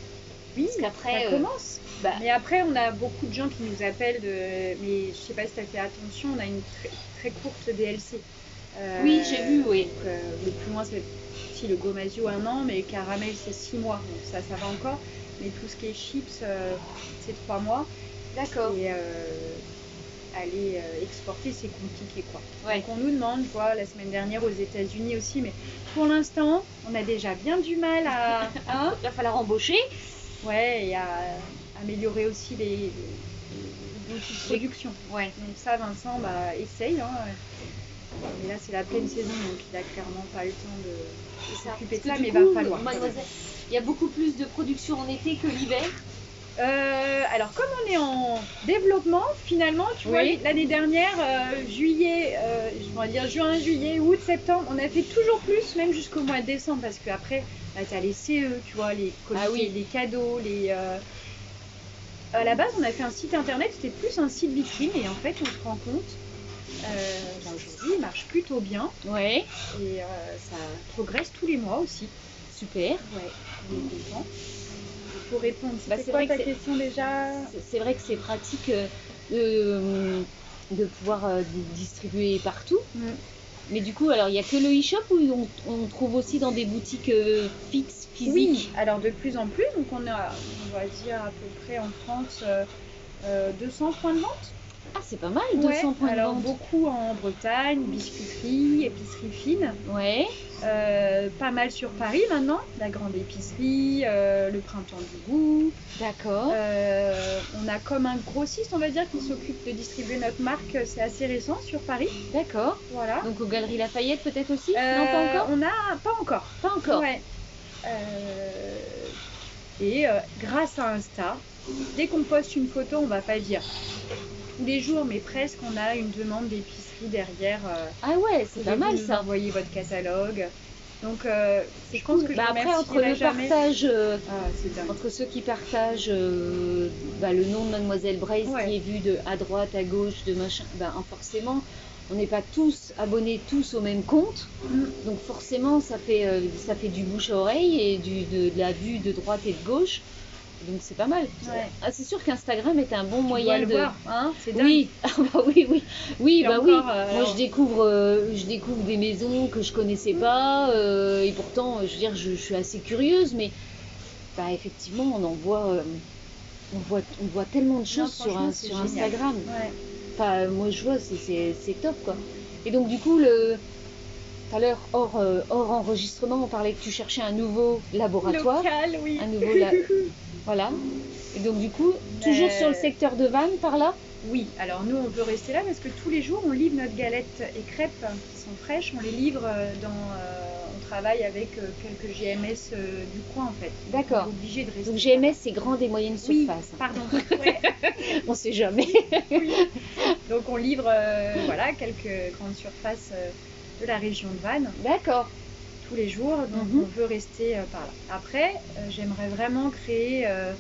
Oui, Parce qu'après, ça euh, commence. bah- Mais après, on a beaucoup de gens qui nous appellent, de... mais je sais pas si tu as fait attention, on a une très, très courte DLC. Euh, Oui, j'ai vu, oui. donc, euh, le plus loin, c'est si le gomasio un an, mais caramel, c'est six mois. Donc ça, ça va encore. Mais tout ce qui est chips, euh, c'est trois mois. D'accord. Et euh, aller euh, exporter, c'est compliqué, quoi. Ouais. Donc on nous demande, je vois, la semaine dernière aux États-Unis aussi, mais pour l'instant, on a déjà bien du mal à... hein, Il va falloir embaucher. Ouais, et à euh, améliorer aussi les, les- les outils de production. Ouais. Donc ça, Vincent, bah, essaye. Hein. Mais là, c'est la pleine saison, donc il a clairement pas le temps de... C'est ça. S'occuper de Parce que ça, du mais va coup, falloir. Mademoiselle- Il y a beaucoup plus de production en été que l'hiver. Euh, alors, comme on est en développement, finalement, tu vois, Oui. l'année dernière, euh, juillet, euh, je vais dire juin, juillet, août, septembre, on a fait toujours plus, même jusqu'au mois de décembre, parce qu'après, bah, tu as les CE, tu vois, les colis, Ah oui. les cadeaux, les... euh, À la base, on a fait un site internet, c'était plus un site vitrine, et en fait, on se rend compte, euh, bah, aujourd'hui, il marche plutôt bien, Ouais. et euh, ça progresse tous les mois aussi. Super. Ouais, on est content. Pour répondre, Bah, c'est c'est quoi vrai ta que c'est- question déjà C'est- C'est vrai que c'est pratique euh, de, de pouvoir euh, distribuer partout. Mm. Mais du coup, alors il n'y a que le e-shop ou on, on trouve aussi dans des boutiques euh, fixes, Oui, physiques alors de plus en plus, donc on a, on va dire à peu près en France, euh, euh, 200 points de vente. Ah, c'est pas mal, Ouais, 200 points alors de vente. beaucoup en Bretagne, biscuiterie, épicerie fine, Ouais, euh, pas mal sur Paris maintenant, la grande épicerie, euh, le printemps du goût. d'accord. Euh, on a comme un grossiste, on va dire, qui s'occupe de distribuer notre marque, c'est assez récent sur Paris, D'accord. voilà. Donc aux Galeries Lafayette peut-être aussi Non, Euh, pas encore On a pas encore. Pas encore. Ouais. Euh, et euh, grâce à Insta, dès qu'on poste une photo, on va pas dire tous les jours, mais presque, on a une demande d'épicerie derrière. euh, Ah ouais, c'est vous pas avez mal nous ça. envoyer votre catalogue. Donc, euh, je pense que je Bah, après, remercierai entre le jamais. partage, euh, Ah, c'est dingue. entre ceux qui partagent euh, bah, le nom de Mademoiselle Braise Ouais. qui est vu de à droite, à gauche, de machin, bah, hein, forcément, on n'est pas tous abonnés tous au même compte. Mm. Donc forcément, ça fait, euh, ça fait du bouche à oreille et du, de, de la vue de droite et de gauche. Donc c'est pas mal. Ouais. Ah, c'est sûr qu'Instagram est un bon Tu moyen dois le de. voir, hein, c'est dingue. Oui, Ah bah oui, oui, oui, Et bah oui. encore, euh, Moi, je découvre, euh, je découvre des maisons que je connaissais pas, euh, et pourtant, euh, je veux dire, je, je suis assez curieuse, mais bah, effectivement, on en voit, euh, on voit, on voit tellement de choses sur, franchement, un- c'est sur génial. Instagram. Ouais. Enfin, moi, je vois, c'est- c'est c'est top, quoi. Et donc, du coup, le... tout à l'heure, hors, euh, hors enregistrement, on parlait que tu cherchais un nouveau laboratoire. Local, oui. Un nouveau la- Voilà. Et donc, du coup, toujours Mais- sur le secteur de Vannes, par là Oui, alors nous on veut rester là parce que tous les jours on livre notre galette et crêpes qui sont fraîches, on les livre euh, dans. euh, on travaille avec euh, quelques GMS euh, du coin en fait. Donc, D'accord. on est Obligé de rester. Donc, GMS, c'est grande et moyenne Oui, surface. pardon. On sait jamais. Donc on livre euh, voilà quelques grandes surfaces euh, de la région de Vannes D'accord. tous les jours, donc Mhm. on veut rester euh, par là. Après, euh, j'aimerais vraiment créer euh,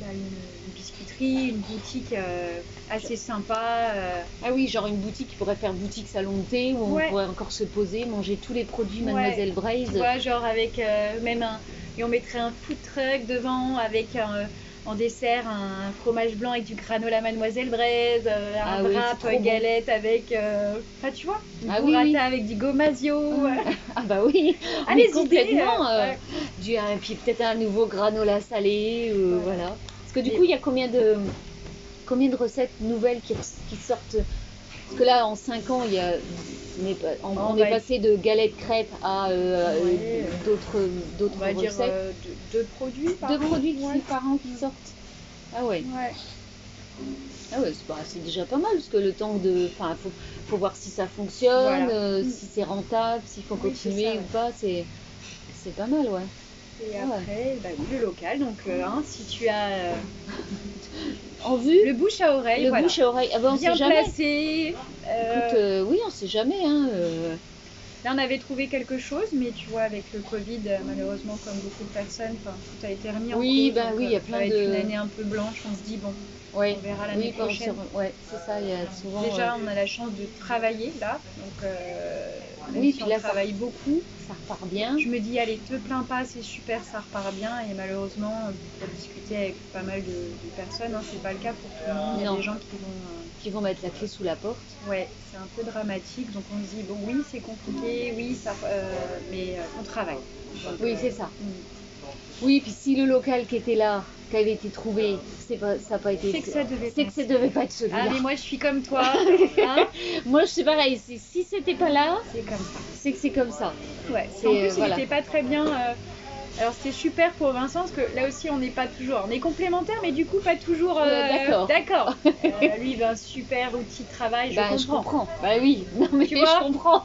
bah, une, une biscuiterie, une boutique euh, assez sympa. euh, Ah oui, genre une boutique qui pourrait faire boutique salon de thé où Ouais. on pourrait encore se poser, manger tous les produits Ouais. Mademoiselle Braise. Tu vois, genre avec euh, même un. Et on mettrait un food truck devant avec un- euh, en dessert un fromage blanc avec du granola Mademoiselle Braise, euh, un Ah oui, wrap c'est trop bon. galette avec. euh, Enfin, tu vois, une Ah oui, burrata oui. avec du gomasio. euh, Ah bah oui, Ah, mais les idées, complètement. euh, euh, ouais. du- un- puis peut-être un nouveau granola salé, euh, Ouais. voilà. Parce que du Et- coup, il y a combien de combien de recettes nouvelles qui, qui sortent Parce que là, en 5 ans, il y a on est, pas- on- Oh, on bah, est passé de galettes crêpes à euh, Ouais, euh, d'autres On d'autres va dire recettes, euh, deux, deux produits par de an. produits qui, Ouais. par an qui sortent. Ah ouais. Ouais. Ah ouais, c'est, bah, c'est déjà pas mal parce que le temps de. Enfin, faut, faut voir si ça fonctionne, Voilà. euh, Mm. si c'est rentable, s'il faut Oui, continuer c'est ça, ou ouais. pas, c'est, c'est pas mal, ouais. Et Ouais. après, bah oui, le local. Donc, euh, hein, si tu as euh, En vue, le bouche à le, oreille, voilà. bouche à oreille. Ah bah, on bien sait jamais. placé. euh, Écoute, euh, oui, on sait jamais, hein. euh, Là, on avait trouvé quelque chose, mais tu vois, avec le Covid, euh, malheureusement, comme beaucoup de personnes, enfin, tout a été remis en Oui, cause. bah donc, oui, euh, il y a ça plein va être de- une année un peu blanche, on se dit, bon, Ouais. on verra l'année Oui, par- prochaine. sur- ouais, c'est ça, il y a souvent. Déjà, euh, on a la chance de travailler là, donc euh, même Oui, si puis on là, ça- travaille beaucoup, ça repart bien. je me dis, allez, te plains pas, c'est super, ça repart bien, et malheureusement, euh, pour discuter avec pas mal de, de personnes, hein, c'est pas le cas pour tout le monde, il y a Non. des gens qui vont... Qui vont mettre la clé sous la porte. euh, ouais, c'est un peu dramatique, donc on se dit, bon, oui, c'est compliqué, oui, ça... euh, mais euh, on travaille. Donc, Oui, euh, c'est ça. mm. Oui, puis si le local qui était là, qui avait été trouvé, c'est pas, ça n'a pas été. C'est que ça devait c'est pas que ça être. devait pas être celui-là. Ah mais moi je suis comme toi, hein, Moi, je sais pareil. Si, si c'était pas là, c'est comme ça. c'est que c'est comme ça. Ouais. C'est, En euh, plus il voilà. était pas très bien. euh, Alors c'était super pour Vincent parce que là aussi on n'est pas toujours, on est complémentaires mais du coup pas toujours Ouais, d'accord. D'accord. Euh, lui il a un super outil de travail, je Bah, je comprends. comprends. Bah oui, non mais Tu vois je comprends.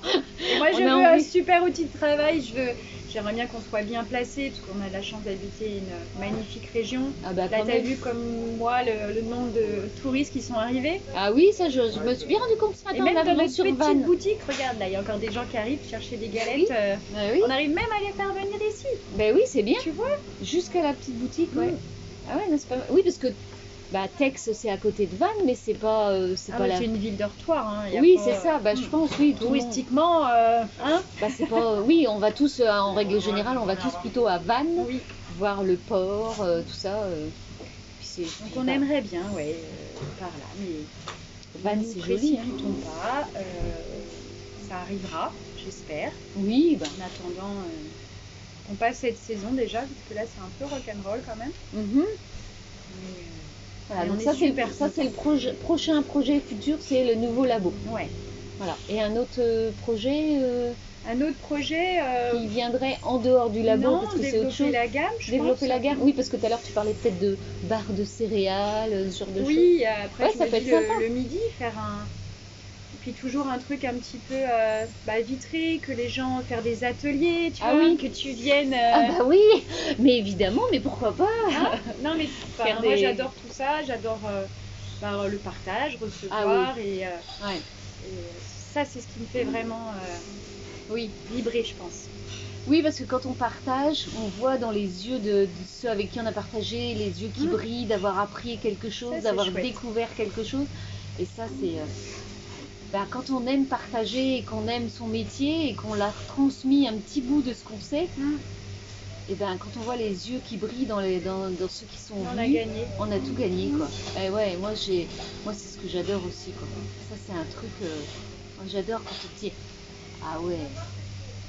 Et Moi On je a veux un envie. super outil de travail, je veux, j'aimerais bien qu'on soit bien placé parce qu'on a la chance d'habiter une magnifique région. Ah bah Là quand t'as même. vu comme moi le, le nombre de touristes qui sont arrivés. Ah oui, ça je, je me suis bien rendu compte ce Et matin en même dans arrivant notre sur petite Vannes. boutique, regarde là il y a encore des gens qui arrivent chercher des Oui. galettes. euh, Bah oui, On arrive même à les faire venir ici. bah oui, c'est bien. Tu vois Jusqu'à la petite boutique, ouais. Mm. Ah ouais, n'est-ce pas Oui, parce que bah Tex c'est à côté de Vannes, mais c'est pas, euh, c'est Ah, pas mais la. C'est une ville de dortoir. Hein. y a Oui, pas- c'est ça. Bah je Mm. pense, oui. tout le monde- Touristiquement, euh, hein Bah c'est pas. Oui, on va tous, euh, en règle générale, on va tous plutôt à Vannes, Oui. voir le port, euh, tout ça. euh. Puis c'est- Donc puis, on bah, aimerait bien, ouais, euh, par là. Mais Vannes, nous c'est joli. hein. précipitons pas. euh, ça arrivera, j'espère. Oui, bah. En attendant, euh, on passe cette saison déjà, parce que là c'est un peu rock'n'roll quand même. mhm. Mais, Voilà, Et donc on ça est c'est super ça c'est le projet- prochain projet futur, c'est le nouveau labo. euh, ouais. Voilà. Et un autre euh, projet euh, Un autre projet. euh, qui viendrait en dehors du labo non, parce que c'est développer autre chose. la gamme, je Développer pense. la gamme. Oui, parce que tout à l'heure tu parlais peut-être de barres de céréales, ce genre de choses. Oui, euh, après Ouais, je ça me peut dis être le, sympa. le midi, faire un... Et puis toujours un truc un petit peu euh, bah, vitré, que les gens... Faire des ateliers, tu Ah vois, oui. que tu viennes... euh, Ah bah oui, mais évidemment, mais pourquoi pas hein. Non mais enfin, Faire moi des- j'adore tout ça, j'adore euh, bah, le partage, recevoir et, euh, Ah Ouais. et, euh, ça c'est ce qui me fait vraiment euh, Oui. vibrer je pense. Oui, parce que quand on partage, on voit dans les yeux de, de ceux avec qui on a partagé, les yeux qui Mm. brillent, d'avoir appris quelque chose, Ça, c'est d'avoir chouette. découvert quelque chose. Et ça, c'est. euh, bah, quand on aime partager et qu'on aime son métier et qu'on l'a transmis un petit bout de ce qu'on sait, Mm. et ben quand on voit les yeux qui brillent dans, les, dans, dans ceux qui sont On a venus, gagné. on a tout gagné quoi. Et ouais, moi j'ai, moi c'est ce que j'adore aussi quoi. Ça c'est un truc, euh, moi, j'adore quand on te dit, ah ouais,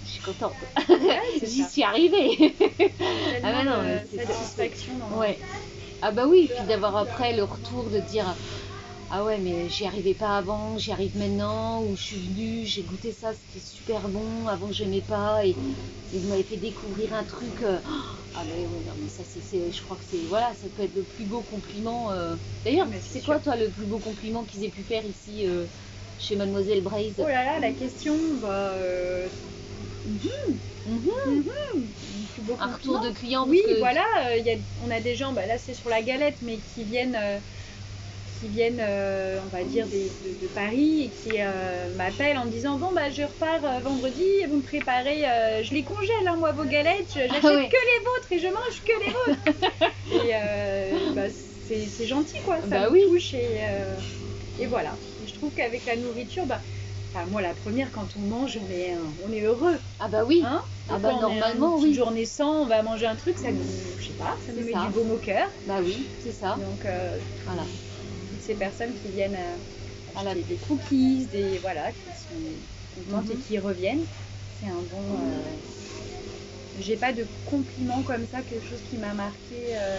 je suis contente. Ouais, c'est J'y ça. suis arrivée. Tellement Ah, mais non, de mais c'est ça. satisfaction dans ouais. Ah bah oui, puis d'avoir après le retour de dire ah ouais mais j'y arrivais pas avant, j'y arrive maintenant, ou je suis venue, j'ai goûté ça, c'était super bon, avant j'aimais pas, et, et vous m'avez fait découvrir un truc. euh, ah mais ouais, non mais ça c'est, c'est- je crois que c'est voilà, ça peut être le plus beau compliment. euh. D'ailleurs, Mais c'est c'est quoi toi le plus beau compliment qu'ils aient pu faire ici euh, chez Mademoiselle Braise Oh là là, la question, bah. euh, Mm-hmm. Mhm. plus beau Un retour compliment. de client Oui, parce que- voilà, euh, il y a- on a des gens, bah là c'est sur la galette, mais qui viennent, euh, qui viennent euh, on va dire, des- de, de Paris et qui euh, m'appellent en disant Bon, bah je repars euh, vendredi et vous me préparez, euh, je les congèle, hein, moi, vos galettes, je- j'achète Ah ouais. que les vôtres et je mange que les vôtres. et euh, bah, c'est c'est gentil, quoi, ça Bah me oui. touche et, euh, et voilà. Je trouve qu'avec la nourriture, bah, enfin, moi la première, quand on mange, on est, euh, on est heureux. Ah bah oui. Hein Ah Des bah fois, on est normalement, une petite oui. journée sans, on va manger un truc, ça nous, je sais pas, ça nous C'est met ça. du baume au cœur. Bah oui, c'est ça. Donc euh, Voilà. toutes ces personnes qui viennent euh, À la- acheter des cookies, des voilà, qui sont contentes Mhm. et qui reviennent, c'est un bon. euh, J'ai pas de compliment comme ça, quelque chose qui m'a marqué. euh,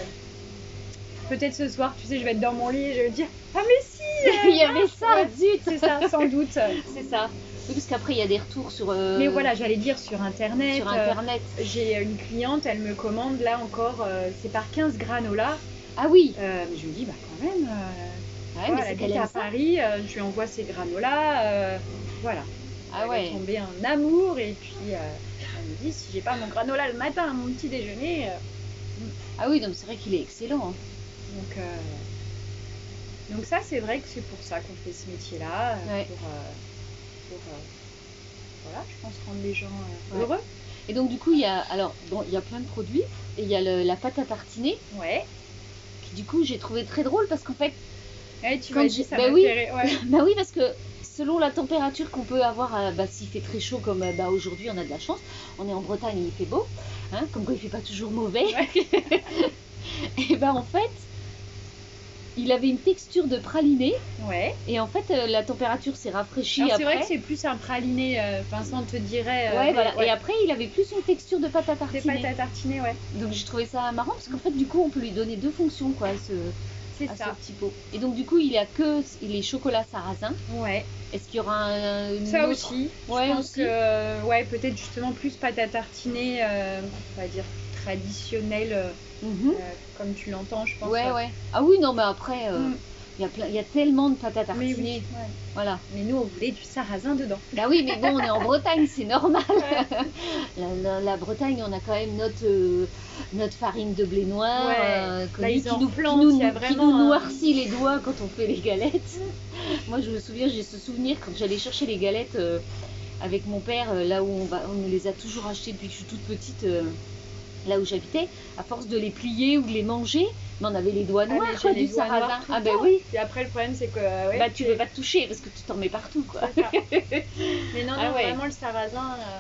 Peut-être ce soir, tu sais, je vais être dans mon lit et je vais dire Ah mais si, Il y avait ça, Ouais. Ah, zut. c'est ça, sans doute. C'est ça. Oui, parce qu'après, il y a des retours sur, euh, Mais voilà, j'allais dire sur internet. sur euh, Internet. J'ai une cliente, elle me commande là encore, euh, c'est par 15 granola. Ah oui, Ah Euh, mais je me dis, bah quand même, euh, ouais, voilà, mais elle c'est habite qu'elle à aime ça. Paris, euh, je lui envoie ses granolas. euh, voilà, Ah elle est ouais. tombée en amour et puis euh, elle me dit, si j'ai pas mon granola le matin à mon petit déjeuner, euh, Ah oui, donc c'est vrai qu'il est excellent. hein. donc, euh, donc ça c'est vrai que c'est pour ça qu'on fait ce métier-là, euh, Ouais. pour, euh, pour, euh, voilà, je pense rendre les gens euh, Ouais. heureux. Et donc du coup, il y a alors bon, il y a plein de produits et il y a le- la pâte à tartiner Ouais. qui du coup j'ai trouvé très drôle parce qu'en fait, Ouais, tu Quand m'as je- dit, ça bah m'a oui. fait rire, ouais. bah oui parce que selon la température qu'on peut avoir, euh, bah, s'il fait très chaud comme euh, bah, aujourd'hui, on a de la chance. On est en Bretagne, il fait beau, hein, comme quoi il fait pas toujours mauvais. et ben en fait, il avait une texture de praliné ouais. et en fait euh, la température s'est rafraîchie Alors, après. c'est vrai que c'est plus un praliné, euh, Vincent te dirait. euh, Ouais, mais voilà. ouais, Et après, il avait plus une texture de pâte à tartiner. des pâtes à tartiner, ouais. Donc j'ai trouvé ça marrant parce qu'en fait, du coup, on peut lui donner deux fonctions quoi, à ce, C'est à ça. ce petit pot. Et donc du coup, il a que il est chocolat sarrasin. Ouais. Est-ce qu'il y aura un une Ça autre- aussi. Ouais, je pense aussi. que, euh, ouais, peut-être justement plus pâte à tartiner, euh, on va dire traditionnelle, euh, Mhm. euh, comme tu l'entends, je pense. Ouais, euh. ouais. Ah oui, non, mais après, euh, Mm. il y a plein- il y a tellement de pâtes à Mais tartiner. oui. ouais. Voilà. Mais nous, on voulait du sarrasin dedans. Bah oui, mais bon, on est en Bretagne, c'est normal. La, la- la Bretagne, on a quand même notre, euh, notre farine de blé noir Ouais. euh, Là, connue, ils qui, en nous, qui plantent, nous- il y a qui vraiment nous un- noircit les doigts quand on fait les galettes. Moi, je me souviens, j'ai ce souvenir quand j'allais chercher les galettes euh, avec mon père, euh, là où on, va, on les a toujours achetées depuis que je suis toute petite, euh, là où j'habitais. À force de les plier ou de les manger, mais on avait les doigts Ah, mais noirs, j'ai quoi, les du doigts noirs sarrasin. tout le Ah ben temps. oui, Et après, le problème, c'est que. euh, ouais, bah tu c'est- peux pas te toucher parce que tu t'en mets partout, quoi. c'est ça. Mais non, non, Ah ouais. vraiment, le sarrasin, euh,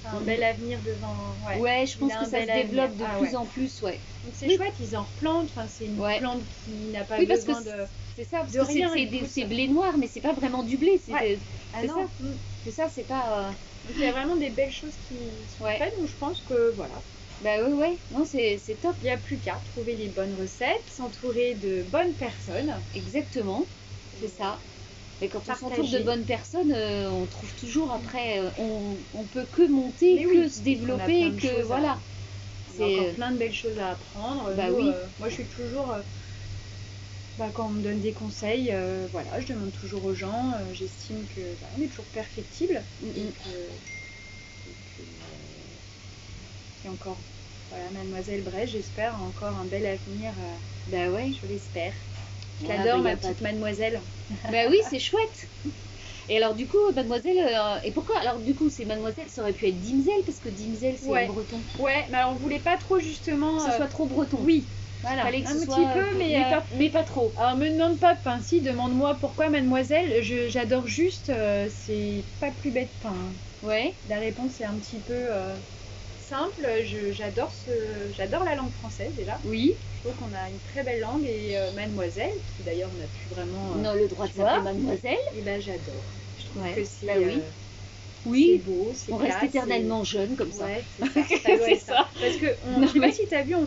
c'est un Mhm. bel avenir devant. Ouais. Ouais, je Il pense a que un ça se bel avenir. développe de Ah plus ouais. en plus, ouais. Donc, c'est Oui. chouette, ils en replantent. Enfin, c'est une Ouais. plante qui n'a pas Oui, parce que besoin de. C'est ça, parce De que c'est- rien, c'est il des- pousse. c'est blé noir, mais c'est pas vraiment du blé. C'est Ouais. c'est c'est ça. ça. Mm. que ça, c'est pas. euh, Donc, il y a vraiment des belles choses qui sont Ouais. faites. Donc, je pense que voilà. Bah ouais, ouais. Non, c'est c'est top. Il n'y a plus qu'à trouver les bonnes recettes, s'entourer de bonnes personnes. Exactement. C'est ça. Mais quand on s'entoure Partager. de bonnes personnes, euh, on trouve toujours après. euh, on, on peut que monter, Mais que oui, on se a plein développer, de que choses à- voilà. Il y C'est- a encore plein de belles choses à apprendre. Bah Nous, oui. euh, moi, je suis toujours. euh, bah, quand on me donne des conseils, euh, voilà, je demande toujours aux gens. euh, J'estime que bah, on est toujours perfectible. Mm, Et que, et mm. que, euh, et encore, voilà, Mademoiselle Bray, j'espère encore un bel avenir. euh, Bah ouais. je l'espère. Je Ah, l'adore, bah, y ma a pas petite mademoiselle. de- Bah oui, c'est chouette. Et alors du coup, mademoiselle, euh, et pourquoi Alors du coup, c'est mademoiselle, ça aurait pu être Dimsel, parce que Dimsel, c'est Ouais. un breton. Ouais, mais alors on voulait pas trop justement. Que ce euh, soit trop breton. oui, Voilà. fallait que un ce petit soit, peu, euh, mais, mais euh, pas- mais pas trop. Alors me demande pas, enfin si, demande-moi pourquoi mademoiselle, Je- j'adore juste, euh, c'est pas plus bête. Enfin, Ouais. la réponse est un petit peu euh, simple, Je- j'adore ce, j'adore la langue française déjà, Oui. je trouve qu'on a une très belle langue et euh, mademoiselle, qui d'ailleurs on a plus vraiment, euh, On a le droit de Tu vois s'appeler mademoiselle. et là j'adore, je trouve Ouais, que c'est bah oui. euh, Oui, c'est beau, c'est on reste classe, éternellement jeune comme c'est- ça. Ouais, c'est ça. ça doit C'est être ça. Parce que on- Non, je sais pas si t'as vu, on,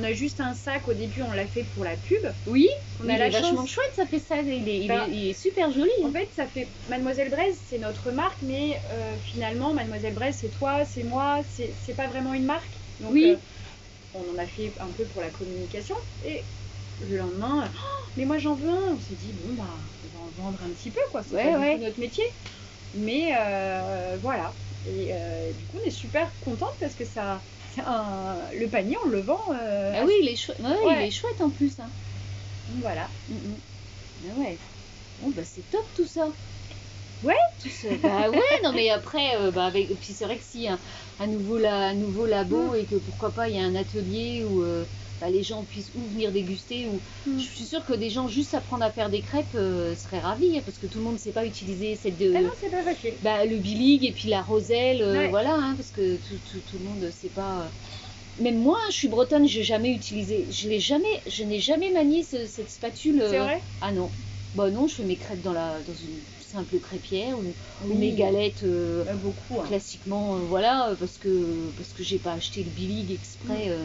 on a juste un sac au début, on l'a fait pour la pub. Oui, On il a est la vachement chance. chouette, ça fait ça. Il est, il est- Ben, il est super joli. En hein. fait, ça fait Mademoiselle Braise, c'est notre marque, mais euh, finalement, Mademoiselle Braise, c'est toi, c'est moi, c'est c'est pas vraiment une marque. Donc, Oui. euh, on en a fait un peu pour la communication. Et le lendemain, Oh, mais moi j'en veux un. On s'est dit, bon, bah, on va en vendre un petit peu, quoi. C'est Ouais, pas du ouais. tout notre métier. Mais euh, voilà. Et euh, du coup, on est super contente parce que ça. c'est un- le panier, on le vend. euh, Ah à- oui, il est, chou- ouais, il Ouais. est chouette en plus. hein. Donc, Voilà. Mm, mm. Ah ouais. Bon, bah, c'est top tout ça. Ouais. Tout ça. Bah ouais, non mais après, euh, bah, avec... puis c'est vrai que si un, un nouveau, la- un nouveau Mm. labo et que pourquoi pas il y a un atelier où euh, bah, les gens puissent ou venir déguster ou Mm. je suis sûre que des gens juste apprendre à faire des crêpes euh, seraient ravis hein, parce que tout le monde ne sait pas utiliser cette de- Ah non, c'est pas facile. bah, le bilig et puis la roselle, euh, Ouais. voilà, hein, parce que tout, tout, tout le monde sait pas. euh. Même moi, je suis bretonne, j'ai jamais utilisé, je l'ai jamais, je n'ai jamais manié ce- cette spatule. C'est euh, vrai ah non. Bah non, je fais mes crêpes dans, la, dans une simple crêpière ou, ou Oui. mes galettes euh, Bah, beaucoup. hein. classiquement, euh, voilà, euh, parce que parce que j'ai pas acheté le Billig exprès. euh,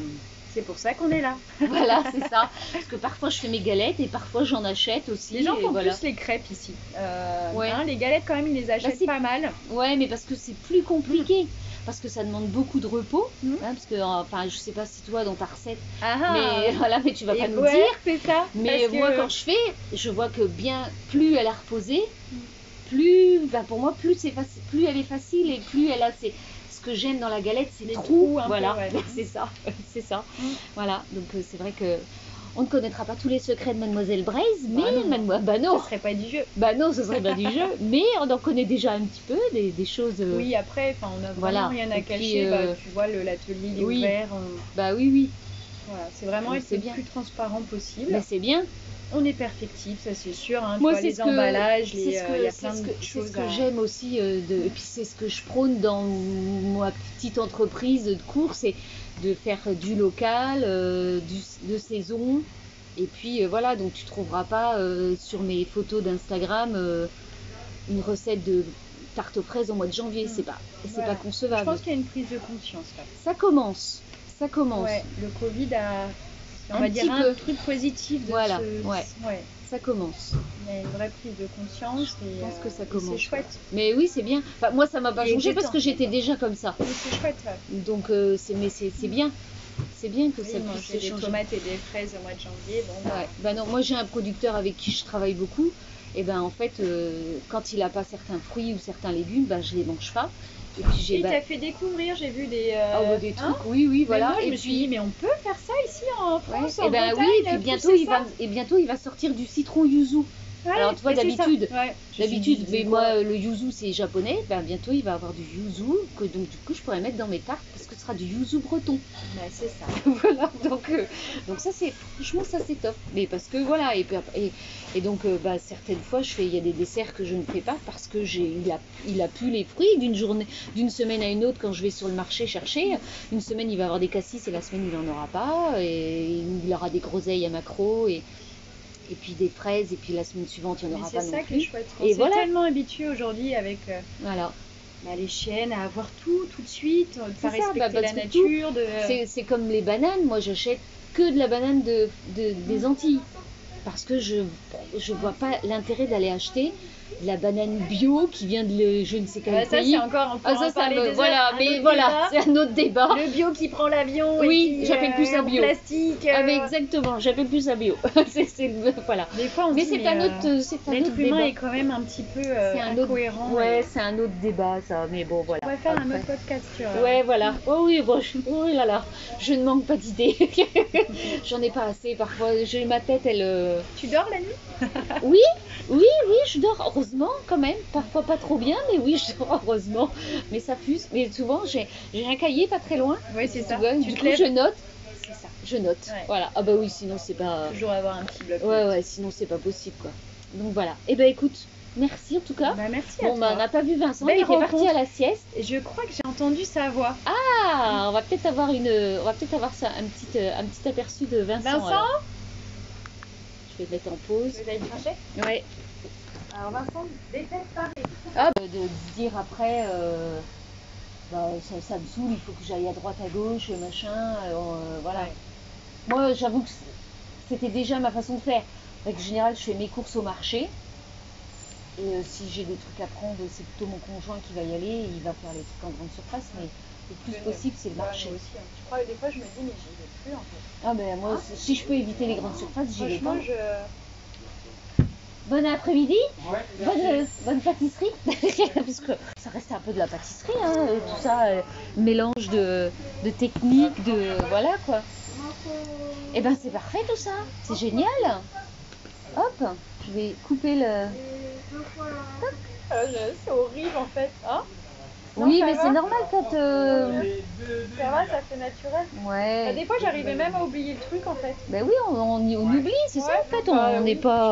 C'est pour ça qu'on est là. voilà, c'est ça. Parce que parfois je fais mes galettes et parfois j'en achète aussi. Les gens et font voilà. plus les crêpes ici. Euh, Ouais. Bah, hein, les galettes, quand même, ils les achètent c'est- pas mal. Ouais, mais parce que c'est plus compliqué. Mm. Parce que ça demande beaucoup de repos. Mhm. hein, parce que, euh, enfin, je sais pas si toi dans ta recette, Ah, mais voilà, mais tu vas pas nous ouais, dire. c'est ça. Mais parce que- moi, quand je fais, je vois que bien, plus elle a reposé, plus, ben, pour moi, plus c'est faci- plus elle est facile et plus elle a ses- ce que j'aime dans la galette, c'est les trous, trous, un peu, voilà, ouais. c'est ça, c'est ça, Mm. voilà. Donc euh, c'est vrai que on ne connaîtra pas tous les secrets de Mademoiselle Braise, mais non. Mademoiselle, bah non, ce serait pas du jeu. bah non, ce serait bien du jeu, mais on en connaît déjà un petit peu des, des choses. euh, Oui, après, enfin, on a vraiment Voilà. rien Et à puis, cacher. euh, Bah, tu vois, le- l'atelier il est oui. ouvert. on- Bah oui, oui, voilà. C'est vraiment Mais être c'est le bien. plus transparent possible. mais c'est bien. On est perfectible, ça c'est sûr. hein. Tu Moi, vois, c'est les ce que- emballages, C'est les, ce euh, que, il y a c'est plein ce de que- c'est choses. ce que à- j'aime aussi, euh, de, et puis c'est ce que je prône dans ma petite entreprise de course, c'est de faire du local, euh, du- de saison. Et puis euh, voilà, donc tu trouveras pas euh, sur mes photos d'Instagram euh, une recette de tarte aux fraises au mois de janvier, Mm. c'est pas, c'est Voilà. pas Je concevable. pense qu'il y a une prise de conscience. là. Ça commence, ça commence, Ouais, le Covid a, on Un va petit dire, un peu. truc positif de Voilà, ce- ouais. ouais. ça commence. Il y a une vraie prise de conscience. et, Je pense que euh, ça et commence, C'est chouette. Mais oui, c'est bien. Enfin, moi, ça m'a pas Il est changé parce détente. que j'étais déjà comme ça. Mais C'est chouette. ouais. Donc, euh, c'est, mais c'est, c'est bien. C'est bien que Oui, ça puisse manger des changer. tomates et des fraises au mois de janvier. Bon, bah, Ouais. Bah non, moi j'ai un producteur avec qui je travaille beaucoup. Et ben en fait, euh, quand il n'a pas certains fruits ou certains légumes, ben je les mange pas. Et puis j'ai Il bah, t'a fait découvrir, j'ai vu des. euh, ah, ouais, des trucs. hein, oui, oui, mais voilà. moi, je et me puis suis dit, mais on peut faire ça ici en France. et ben oui, et puis bientôt il va et bientôt il va sortir du citron yuzu. Alors, tu vois, d'habitude- D'habitude, mais moi euh, le yuzu c'est japonais. Ben bientôt il va avoir du yuzu que donc du coup je pourrais mettre dans mes tartes parce que ce sera du yuzu breton. bah, c'est ça. voilà donc euh, donc ça c'est franchement ça c'est top mais parce que voilà et puis après- et, et donc euh, bah, certaines fois je fais il y a des desserts que je ne fais pas parce que j'ai il a il a pu les fruits d'une journée d'une semaine à une autre quand je vais sur le marché chercher une semaine il va avoir des cassis et la semaine il n'en aura pas et il aura des groseilles à macro et et puis des fraises et puis la semaine suivante il n'y en Mais aura c'est pas non ça qui est plus chouette. Et On est voilà. tellement habitué aujourd'hui avec euh, voilà bah, les chiennes à avoir tout tout de suite, de ça, faire respecter bah, parce la que tout, nature. de... C'est- C'est comme les bananes, moi j'achète que de la banane de, de- des Antilles. Parce que je je vois pas l'intérêt d'aller acheter de la banane bio qui vient de le- je ne sais quel Ah, ça, pays. c'est encore. on peut Ah, en ça, ça parler me- des heures, voilà, un mais autre voilà, débat. c'est un autre débat. Le bio qui prend l'avion. et Oui, qui, euh, j'appelle plus ça en bio. Plastique. Ah, mais euh, exactement, j'appelle plus ça bio. c'est c'est- voilà. Des fois, on Mais dit, c'est un euh, autre c'est un autre L'être humain débat. est quand même un petit peu euh, C'est un autre- incohérent. Ouais, c'est un autre débat ça, mais bon voilà. On va faire un Après. autre podcast sur. euh, Ouais, voilà. Oh oui, bon, je... oh là là, je ne manque pas d'idées. J'en ai pas assez parfois. J'ai ma tête, elle. euh, Tu dors la nuit Oui, oui, oui, je dors heureusement quand même. Parfois pas trop bien, mais oui, je dors heureusement. Mais ça fuse. Mais souvent, j'ai j'ai un cahier pas très loin. Ouais, c'est Tu ça. vois, Tu du te coup, lèves. je note, C'est ça. je note. Ouais. Voilà. Ah bah oui, sinon c'est pas. Toujours avoir un petit bloc. Ouais, ouais, sinon c'est pas possible quoi. Donc voilà. Et ben écoute, merci en tout cas. Bah, merci à Bon, bah, toi. on n'a pas vu Vincent, Belle il était parti rencontre. à la sieste. Je crois que j'ai entendu sa voix. Ah, on va peut-être avoir une, on va peut-être avoir ça, un petit, euh, un petit aperçu de Vincent. Vincent alors. je vais le mettre en Vous pause. allez chercher Ouais. Alors Vincent déteste Paris. Ah, de, de dire après, euh, bah, ça, ça me saoule, il faut que j'aille à droite, à gauche, machin, euh, voilà. Moi, j'avoue que c'était déjà ma façon de faire. En règle générale, je fais mes courses au marché. Et euh, si j'ai des trucs à prendre, c'est plutôt mon conjoint qui va y aller, il va faire les trucs en grande surface, mais le plus Je ne- possible, c'est le Bah, Ouais, moi marché. aussi, hein. Je crois que des fois, je me dis, mais j'y vais plus en fait. Ah ben moi, si je peux éviter les grandes surfaces, j'y vais pas. Franchement, je. Bon après-midi, Ouais, bonne, euh, bonne pâtisserie. Parce que ça reste un peu de la pâtisserie, hein, euh, tout ça, euh, mélange de, de techniques, de... Voilà quoi. Eh ben c'est parfait tout ça, c'est génial. Hop, je vais couper euh, le... Ah, je- C'est horrible en fait. Hein Non, oui ça mais va. c'est normal quand... euh, Les deux, deux Ça va, ça fait naturel. Bah, Ouais. des fois, j'arrivais même à oublier le truc en fait. Ben oui, on, on, y- on oublie, c'est ça en fait, on n'est pas...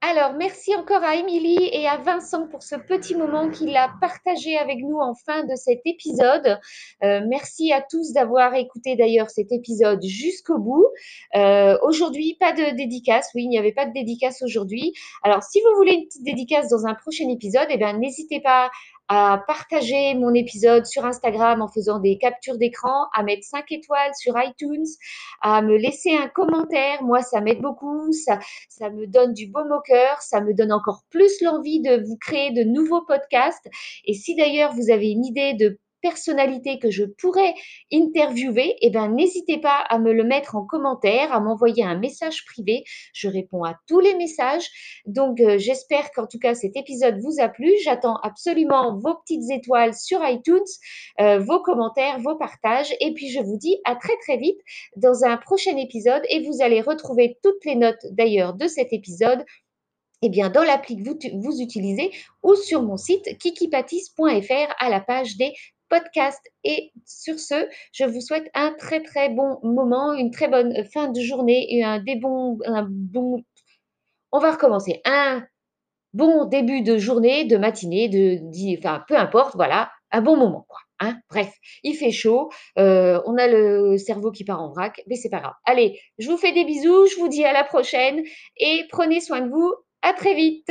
Alors, merci encore à Émilie et à Vincent pour ce petit moment qu'il a partagé avec nous en fin de cet épisode. Euh, merci à tous d'avoir écouté d'ailleurs cet épisode jusqu'au bout. Euh, aujourd'hui, pas de dédicace. Oui, il n'y avait pas de dédicace aujourd'hui. Alors, si vous voulez une petite dédicace dans un prochain épisode, eh bien, n'hésitez pas à partager mon épisode sur Instagram en faisant des captures d'écran, à mettre 5 étoiles sur iTunes, à me laisser un commentaire. Moi, ça m'aide beaucoup. Ça ça me donne du baume au cœur, ça me donne encore plus l'envie de vous créer de nouveaux podcasts. Et si d'ailleurs vous avez une idée de personnalité que je pourrais interviewer, eh ben, n'hésitez pas à me le mettre en commentaire, à m'envoyer un message privé. Je réponds à tous les messages. Donc, euh, j'espère qu'en tout cas, cet épisode vous a plu. J'attends absolument vos petites étoiles sur iTunes, euh, vos commentaires, vos partages. Et puis, je vous dis à très, très vite dans un prochain épisode et vous allez retrouver toutes les notes d'ailleurs de cet épisode eh bien, dans l'appli que vous, tu- vous utilisez ou sur mon site kikipatis.fr à la page des podcasts. Et sur ce, je vous souhaite un très très bon moment, une très bonne euh, fin de journée et un, des bons- un bon... On va recommencer. Un bon début de journée, de matinée, de... dî- Enfin, peu importe, voilà, un bon moment quoi. hein. Bref, il fait chaud. Euh, on a le cerveau qui part en vrac, mais c'est pas grave. Allez, je vous fais des bisous, je vous dis à la prochaine et prenez soin de vous. À très vite.